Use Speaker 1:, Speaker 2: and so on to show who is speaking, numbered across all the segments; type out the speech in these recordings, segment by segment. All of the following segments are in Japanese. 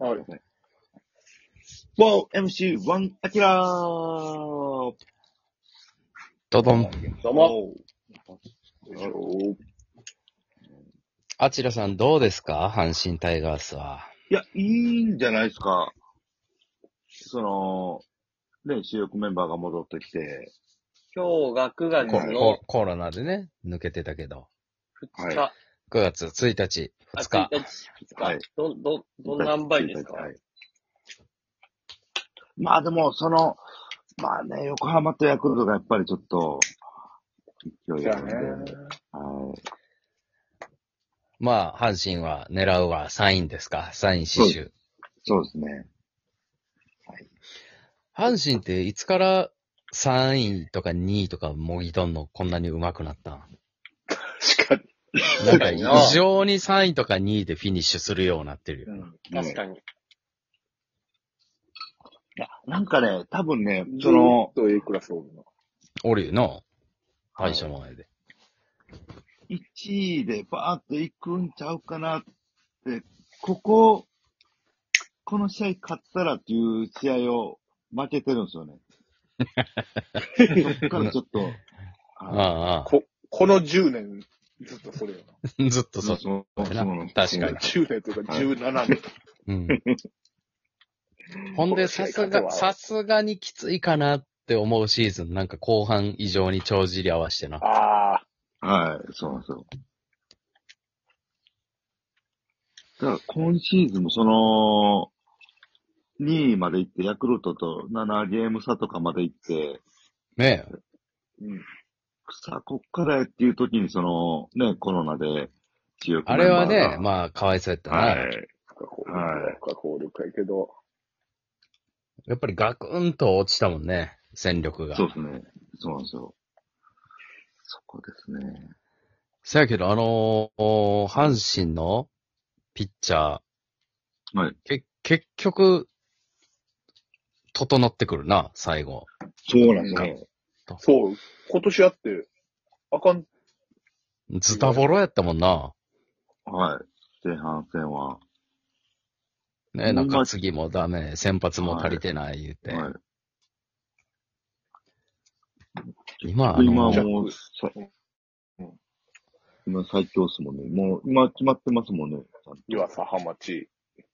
Speaker 1: sorry. Well, MC1 アキラー
Speaker 2: ドドン。
Speaker 3: どうも。
Speaker 1: も
Speaker 2: あちらさんどうですか阪神タイガースは。
Speaker 1: いや、いいんじゃないですか。その、ね、主力メンバーが戻ってきて、
Speaker 3: 今日が9月
Speaker 2: コ
Speaker 3: の
Speaker 2: ココロナでね、抜けてたけど。
Speaker 3: 2日、
Speaker 1: は
Speaker 2: 9月1日、
Speaker 3: あ
Speaker 2: 2日。
Speaker 3: 1日、
Speaker 1: は
Speaker 3: 2
Speaker 1: い
Speaker 3: 日、ど、ど、どん何倍ですか
Speaker 1: はいまあでも、その、まあね、横浜とヤクルトがやっぱりちょっと、勢いがあるんで、はい。
Speaker 2: まあ、阪神は狙うは3位ですか ?3 位死守。
Speaker 1: そうですね。
Speaker 2: 阪神っていつから3位とか2位とかもぎ取んのこんなに上手くなったん
Speaker 1: 確かに。
Speaker 2: なんか異常に3位とか2位でフィニッシュするようになってるよ。
Speaker 3: 確かに。
Speaker 1: いや、なんかね、多分ね、そ
Speaker 4: その
Speaker 1: の、、
Speaker 4: と A クラスおるの。
Speaker 2: おるよな。
Speaker 1: はい
Speaker 2: 会社の前で。
Speaker 1: 1位でバーっと行くんちゃうかなって、ここ、この試合勝ったらっていう試合を負けてるんですよね。 そっからちょっと、あ
Speaker 2: あああ
Speaker 4: こ、この10年、ずっとそれよな。
Speaker 2: あ、ずっと
Speaker 1: あ
Speaker 2: そう。
Speaker 1: そう
Speaker 2: そうや
Speaker 1: そ
Speaker 2: な
Speaker 1: う
Speaker 2: 確かに。
Speaker 4: 10年というか17 年。
Speaker 2: うん。ほんで、さすが、さすがにきついかなって思うシーズン、なんか後半以上に帳尻合わしてな。
Speaker 4: あ
Speaker 1: はい、そうなんですよ。だから今シーズンもその、2位まで行って、ヤクルトと7ゲーム差とかまで行って、
Speaker 2: ねえ。
Speaker 1: さあ、こっからやっていう時に、その、ね、コロナで、強く
Speaker 2: あれはね、まあ、かわいそうやったな。
Speaker 1: はい。
Speaker 4: あ、不可抗
Speaker 1: はい
Speaker 4: 力、不可抗力やけど、
Speaker 2: やっぱりガクンと落ちたもんね、戦力が。
Speaker 1: そうですね。そうなんですよ。そこですね。
Speaker 2: そやけど、あのー阪神のピッチャー。
Speaker 1: はい
Speaker 2: け、結局、整ってくるな、最後。
Speaker 1: そうなん
Speaker 4: です
Speaker 1: か
Speaker 4: よそう、今年あって、あかん、
Speaker 2: ズタボロやったもんな。
Speaker 1: はい。前半戦は。
Speaker 2: ね、
Speaker 1: ほんま
Speaker 2: 中継ぎもダメ、先発も足りてない言うて。
Speaker 1: はい。
Speaker 2: 今、あのー
Speaker 1: 今
Speaker 4: じ
Speaker 1: は
Speaker 4: ゃ
Speaker 1: もう、さ今最強っすもんね。もう、今決まってますもんね。
Speaker 4: 岩佐、浜地、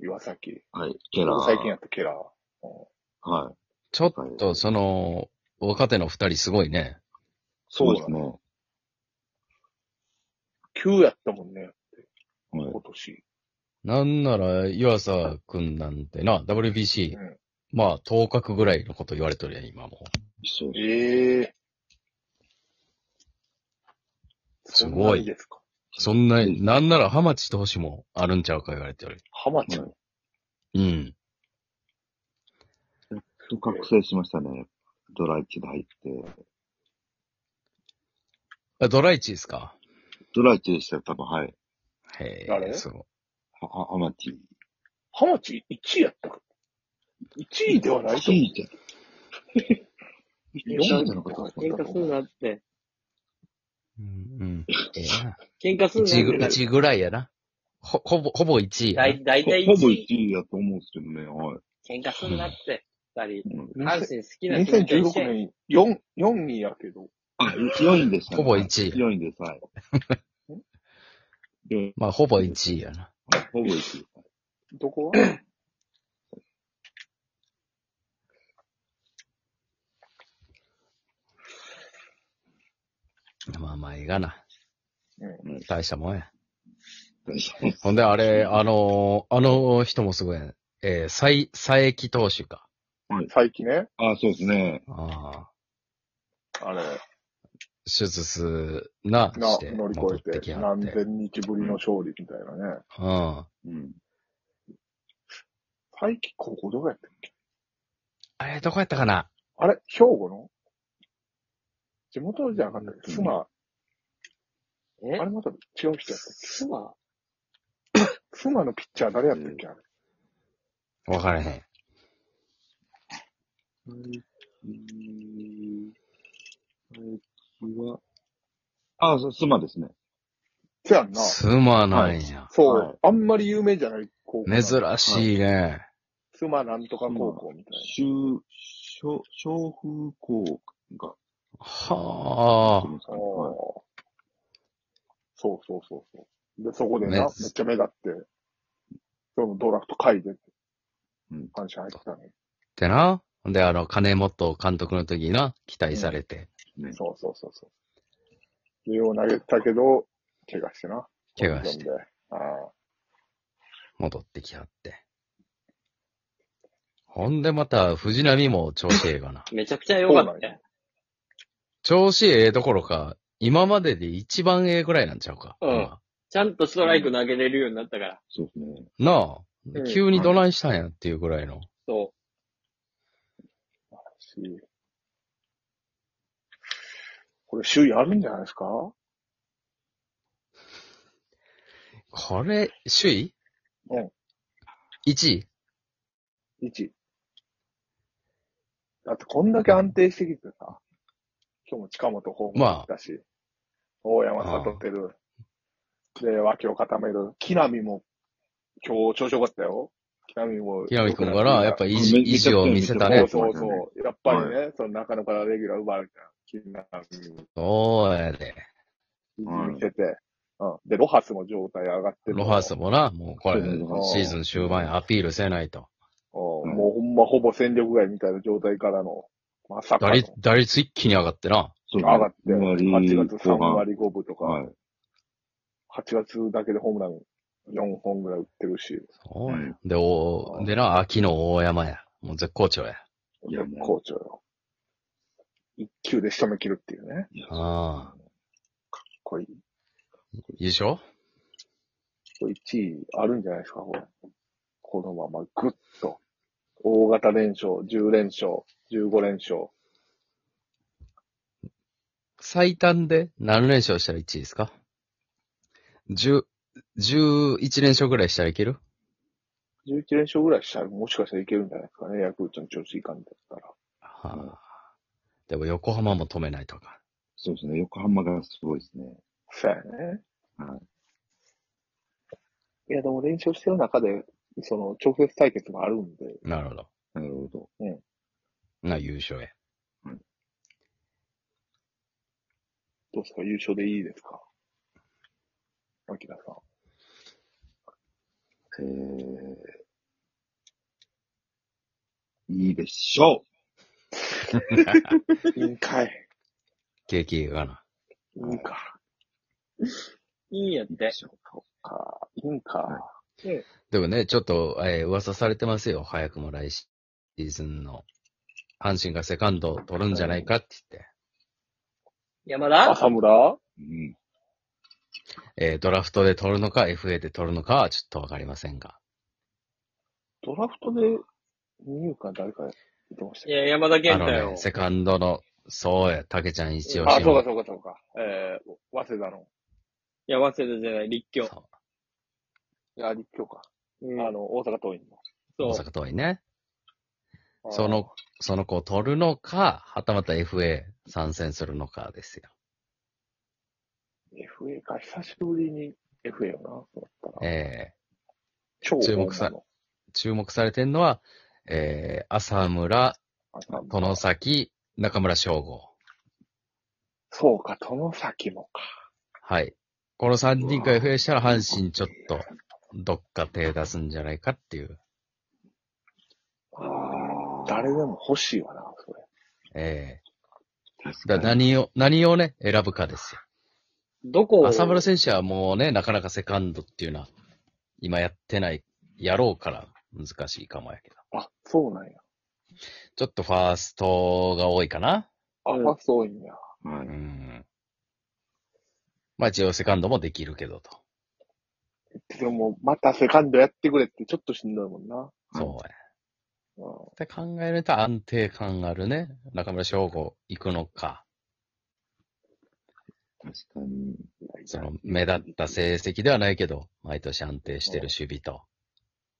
Speaker 4: 岩崎。
Speaker 1: はい。ケラー。
Speaker 4: 最近やったケラー。
Speaker 1: はい。
Speaker 2: ちょっと、その、若手の二人すごいね。
Speaker 1: そうですね。は
Speaker 4: 9やったもんね、
Speaker 1: い
Speaker 4: 今年。
Speaker 2: なんなら、湯浅くんなんてな、WBC
Speaker 4: うん、
Speaker 2: まあ、当確ぐらいのこと言われとるやん、今も。
Speaker 1: そうです。
Speaker 4: ええ
Speaker 2: すごい
Speaker 4: そんなにですか
Speaker 2: そんな、
Speaker 1: うん
Speaker 2: なんなら、浜地投手もあるんちゃうか言われてる。
Speaker 4: 浜地
Speaker 1: はい
Speaker 4: も。
Speaker 2: うん。
Speaker 1: と覚醒しましたね。ドライチで入って。
Speaker 2: あドライチですか
Speaker 1: ドライチでしたよ、多分。はい。
Speaker 2: へえ、
Speaker 4: 誰
Speaker 2: すごい。
Speaker 1: は、は、アマチ
Speaker 4: 浜地1位やったか ?1 位ではないと思う。
Speaker 1: いじゃん。
Speaker 4: 四位
Speaker 1: じゃなかったです
Speaker 4: 四
Speaker 1: か
Speaker 4: 位だと
Speaker 5: 喧嘩す
Speaker 4: 思
Speaker 5: ん
Speaker 4: う
Speaker 5: なって。
Speaker 2: うん。うん。ええな。
Speaker 5: 喧嘩すんな
Speaker 2: 1ぐ
Speaker 5: って。
Speaker 2: 一ぐらいやな。ほ、ほぼ、ほぼ1位や
Speaker 5: だ
Speaker 2: な。
Speaker 5: いだいたい
Speaker 1: ほぼ1
Speaker 5: 1
Speaker 1: 位やと思うんですけどね。はい。
Speaker 5: 喧嘩すんなって。二
Speaker 1: うん
Speaker 5: 人。阪神好きな人
Speaker 4: 2016年4、4位やけど、
Speaker 1: あ、4位でした、ね。
Speaker 2: ほぼ一位
Speaker 1: 4位です。はい。四位
Speaker 2: まあ、ほぼ1位やな。
Speaker 1: ほぼ1位。
Speaker 4: どこが
Speaker 2: まあまあ、いいがな。
Speaker 4: うん
Speaker 2: 大したもんや。ほんで、あれ、あのーあの人もすごいね。えー、さい、佐伯投手か。
Speaker 4: 最近ね、
Speaker 1: あ、そうですね。
Speaker 2: ああ。
Speaker 4: あれ、
Speaker 2: 手術な、
Speaker 4: な
Speaker 2: して、
Speaker 4: 乗り越
Speaker 2: 戻っ
Speaker 4: え
Speaker 2: て
Speaker 4: て
Speaker 2: き、はっ
Speaker 4: 何
Speaker 2: て。
Speaker 4: 千日ぶりの勝利みたいなね。
Speaker 2: うん。
Speaker 1: うん。
Speaker 4: 最近ここどこやったっけ
Speaker 2: あれ、どこやったかな
Speaker 4: あれ兵庫の地元じゃなかったっけ
Speaker 1: うん
Speaker 4: 妻、
Speaker 5: え
Speaker 4: あれまた違う人やったっ
Speaker 5: 妻
Speaker 4: け妻のピッチャー誰やったっけあれ。
Speaker 2: わからへん。
Speaker 1: あ、そう、妻ですね。
Speaker 4: せやんな。
Speaker 2: すまないや。
Speaker 4: そう、
Speaker 1: はい
Speaker 4: あんまり有名じゃない高校。
Speaker 2: 珍しいね。
Speaker 4: スマなんとか高校みたい
Speaker 1: 修、小、小風校が、
Speaker 2: は
Speaker 1: は
Speaker 2: あ。
Speaker 4: な。あーそうそうそうそう。で、そこでな、
Speaker 2: ね
Speaker 4: めっちゃ目立って、そのドラフト書いて、
Speaker 1: うん
Speaker 4: 阪神入ってたね。
Speaker 2: ってな。で、あの、金本監督の時にな、期待されて、
Speaker 1: い。ね、
Speaker 4: そうそうそうそう。上を投げてたけど、怪我してな。
Speaker 2: 怪我して
Speaker 4: 飛んで。ああ。
Speaker 2: 戻ってきはって。ほんでまた、藤波も調子ええがな。
Speaker 5: めちゃくちゃ良かったね。
Speaker 2: 調子ええどころか、今までで一番ええぐらいなんちゃうか。
Speaker 5: うん
Speaker 2: 今
Speaker 5: ちゃんとストライク投げれるようになったから。
Speaker 1: そうですね。
Speaker 2: な
Speaker 5: う
Speaker 2: あ
Speaker 5: ん、
Speaker 2: 急にどないしたんやっていうぐらいの。
Speaker 5: そ
Speaker 4: しこれ周囲あるんじゃないですか
Speaker 2: これ、首位
Speaker 4: うん。
Speaker 2: 1位
Speaker 4: ?1。だってこんだけ安定してきてさ、今日も近本ホームラン打ったし、大山悟ってる。で、脇を固める。木浪も今日調子良かったよ。木浪も。
Speaker 2: 木浪君から、やっぱ
Speaker 4: り
Speaker 2: 意
Speaker 1: め
Speaker 2: 地意地を見せた
Speaker 1: めち
Speaker 2: ね
Speaker 1: ゃく。ちゃ
Speaker 4: そうそうそう。やっぱりね、その中野からレギュラー奪われた木浪も
Speaker 2: そうやで。
Speaker 4: 見せて、うん。で、ロハスも状態上がってる。
Speaker 2: ロハスもな、もうこれ、
Speaker 1: そうそう
Speaker 4: そう
Speaker 2: シーズン終盤やアピールせないと。
Speaker 4: う
Speaker 1: うんん
Speaker 4: もうほんまほぼ戦力外みたいな状態からの、まさか
Speaker 2: 打
Speaker 4: の
Speaker 2: 率、打率一気に上がってな。
Speaker 1: そう
Speaker 4: 上がって、
Speaker 1: 割
Speaker 4: 8月3
Speaker 1: 後半
Speaker 4: 割5分とか、
Speaker 1: はい。
Speaker 4: 8月だけでホームラン4本ぐらい打ってるし、
Speaker 2: そ
Speaker 1: う
Speaker 2: うや
Speaker 1: ん。
Speaker 2: で、おでな、秋の大山や。もう絶好調や。
Speaker 1: いや
Speaker 4: 絶好調よ。1球で仕留め切るっていうね。
Speaker 2: ああ。
Speaker 4: これ、
Speaker 2: 優勝
Speaker 4: これ1位あるんじゃないですか、これ。このままぐっと。大型連勝、10連勝、15連勝。
Speaker 2: 最短で何連勝したら1位ですか十、十一連勝ぐらいしたらいける
Speaker 4: 11連勝ぐらいしたら、もしかしたらいけるんじゃないですかね、ヤクルトの調子いかんだったら。
Speaker 2: はあ。でも横浜も止めないとか。
Speaker 1: そうですね。横浜がすごいですね。
Speaker 4: そうやね。。
Speaker 1: はい
Speaker 4: いや、でも練習してる中で、その、直接対決もあるんで、
Speaker 2: なるほど。
Speaker 1: なるほど。
Speaker 2: な、優勝や。
Speaker 4: どうですか優勝でいいですかアキラさん。
Speaker 1: えー、いいでしょ
Speaker 4: いいんかい。
Speaker 2: 景気がな。
Speaker 4: いいんか。
Speaker 5: う。いいんやっ
Speaker 1: ういい
Speaker 5: て
Speaker 1: で。しょう
Speaker 4: かいいんか。
Speaker 2: でもね、ちょっと、えー噂されてますよ。早くも来シーズンの。阪神がセカンドを取るんじゃないかって言って。
Speaker 5: 山田
Speaker 4: 浅村
Speaker 1: うん。
Speaker 2: えードラフトで取るのか、FA で取るのかはちょっとわかりませんが。
Speaker 4: ドラフトで、二遊間誰か言ってました
Speaker 5: い
Speaker 4: よ
Speaker 5: や、山田健
Speaker 2: あ
Speaker 5: 太
Speaker 2: の
Speaker 5: よ
Speaker 2: ね、。セカンドの、そうや、竹ちゃん一押
Speaker 4: あ、
Speaker 2: し
Speaker 4: そう
Speaker 2: の
Speaker 4: か。そうかそうか。えー、早稲田の。
Speaker 5: いや、早稲田じゃない、立教。
Speaker 2: そう
Speaker 4: いや、立教か。
Speaker 5: うん
Speaker 4: あの、大阪桐蔭
Speaker 2: 大
Speaker 5: そう。
Speaker 2: 阪桐蔭ね。
Speaker 4: の。
Speaker 2: その、その子を取るのか、はたまた FA 参戦するのかですよ。
Speaker 4: あー。FA か、久しぶりに FA よな、そうだったら。
Speaker 2: え
Speaker 4: 超
Speaker 2: 注目さ
Speaker 4: 大物
Speaker 2: ー注目されてるのは、えー、浅村、
Speaker 4: 浅村
Speaker 2: 殿崎、中村翔吾。
Speaker 4: そうか、殿崎もか。
Speaker 2: はい。この3人が
Speaker 4: う
Speaker 2: FA したら阪神ちょっと、どっか手出すんじゃないかっていう。
Speaker 4: ああ、誰でも欲しいわな、それ。
Speaker 2: え
Speaker 1: 確
Speaker 2: えだから何を、何をね、選ぶかですよ。
Speaker 5: どこを
Speaker 2: 浅村選手はもうね、なかなかセカンドっていうのは、今やってない、やろうから難しいかもやけど。
Speaker 4: あ、そうなんや。
Speaker 2: ちょっとファーストが多いかな。
Speaker 4: あ、
Speaker 5: うん
Speaker 4: ファースト多いんや。
Speaker 1: は
Speaker 2: う
Speaker 1: い。
Speaker 2: ん。まあ一応セカンドもできるけどと。
Speaker 4: でも、またセカンドやってくれってちょっとしんどいもんな。
Speaker 1: うん
Speaker 2: そうや。
Speaker 4: うん。
Speaker 2: って考えると安定感あるね。中村翔吾行くのか。
Speaker 1: 確かに。
Speaker 2: その目立った成績ではないけど、毎年安定してる守備と、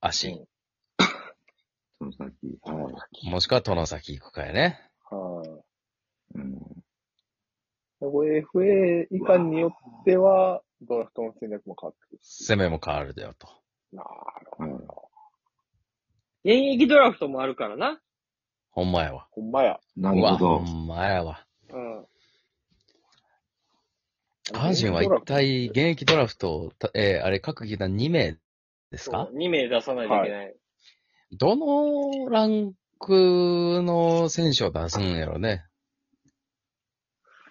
Speaker 2: 足、
Speaker 1: その先。はい。
Speaker 2: もしくは殿崎行くかやね。
Speaker 4: はい、
Speaker 1: うん。
Speaker 4: これ FA 以下によっては、ドラフトの戦略も変わってくる。
Speaker 2: 攻めも変わるだよと。
Speaker 4: なるほど。
Speaker 1: うん
Speaker 5: 現役ドラフトもあるからな。
Speaker 2: ほんまやわ。
Speaker 4: ほんまや。
Speaker 1: な
Speaker 2: う
Speaker 1: る
Speaker 2: わ、
Speaker 1: ほ
Speaker 2: ほ
Speaker 1: ど。
Speaker 2: んまやわ。
Speaker 5: うん。
Speaker 2: 阪神は一体現役ドラフトを、たえーあれ各球団2名ですか
Speaker 5: ?2 名出さないといけない。
Speaker 2: どのランクの選手を出すんやろね。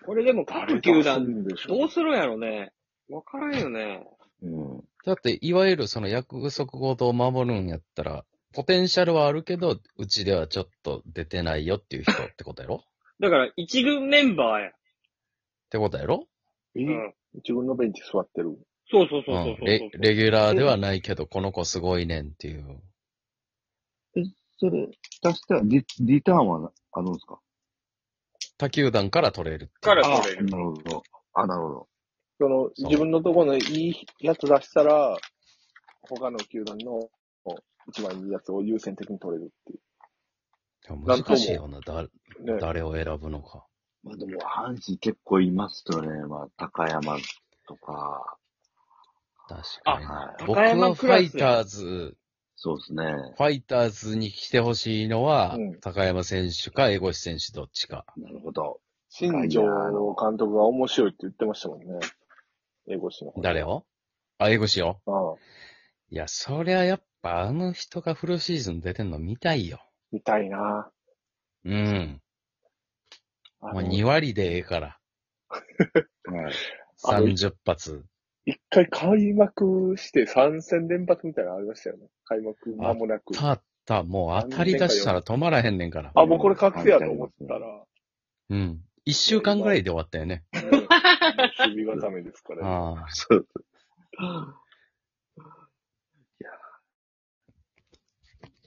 Speaker 5: これでも各
Speaker 4: 誰
Speaker 5: 球
Speaker 4: がす
Speaker 5: 団、
Speaker 4: んでしょう
Speaker 5: どうするんやろね。わからんよね。
Speaker 1: うん。
Speaker 2: だって、いわゆるその約束事を守るんやったら、ポテンシャルはあるけど、うちではちょっと出てないよっていう人ってことやろ っ
Speaker 5: だから、一軍メンバーや。
Speaker 2: てことやろ
Speaker 4: え、
Speaker 5: うん。
Speaker 4: 自分のベンチ座ってる。
Speaker 5: そうそう
Speaker 2: う
Speaker 5: そうそうそ
Speaker 2: ん
Speaker 5: うそう。
Speaker 2: レ。レギュラーではないけど、この子すごいねんっていう。
Speaker 1: それ、出したらリ、リターンはなあるんですか
Speaker 2: 他球団から取れるってい
Speaker 3: か
Speaker 2: う。
Speaker 3: ら
Speaker 1: あ
Speaker 3: 取れ
Speaker 1: あ、
Speaker 3: る。
Speaker 1: なるほど。あ、なるほど。
Speaker 4: その、
Speaker 2: そう
Speaker 4: 自分のところのいいやつ出したら、他の球団の一番いいやつを優先的に取れるっ
Speaker 2: でも難しいよな、だ
Speaker 4: ていう。ね。
Speaker 2: 誰を選ぶのか。
Speaker 1: まあでも、阪神結構いますよね。まあ、高山とか、
Speaker 2: 確かにな
Speaker 1: あ。
Speaker 2: 僕
Speaker 5: 高
Speaker 2: は
Speaker 5: 山
Speaker 2: フ
Speaker 5: ク
Speaker 2: ァ
Speaker 5: ラ
Speaker 2: イ
Speaker 5: ス
Speaker 2: ターズ、
Speaker 1: そうですね。
Speaker 2: ファイターズに来てほしいのは、
Speaker 4: うん
Speaker 2: 高山選手か江越選手どっちか。
Speaker 1: なるほど。
Speaker 4: 新庄監督が面白いって言ってましたもんね。英語しの方。
Speaker 2: 誰をあ、江越よ。
Speaker 4: うん。
Speaker 2: いや、そりゃやっぱあの人がフルシーズン出てんの見たいよ。
Speaker 4: みたいな。
Speaker 2: うん。
Speaker 4: あ
Speaker 2: もう
Speaker 4: の、
Speaker 2: 2割でええから。
Speaker 1: はい。
Speaker 4: あの
Speaker 2: 30発。
Speaker 4: 一回開幕して3戦連発みたいなのありましたよね。開幕間もなく。
Speaker 2: たった、もう当たり出したら止まらへんねんから。
Speaker 4: あ、もうこれ確定やと思ったら、
Speaker 2: うん。1週 間ぐらいで終わったよね。
Speaker 4: ね、もう守備固めですから、ね。
Speaker 2: ああ。
Speaker 1: そう。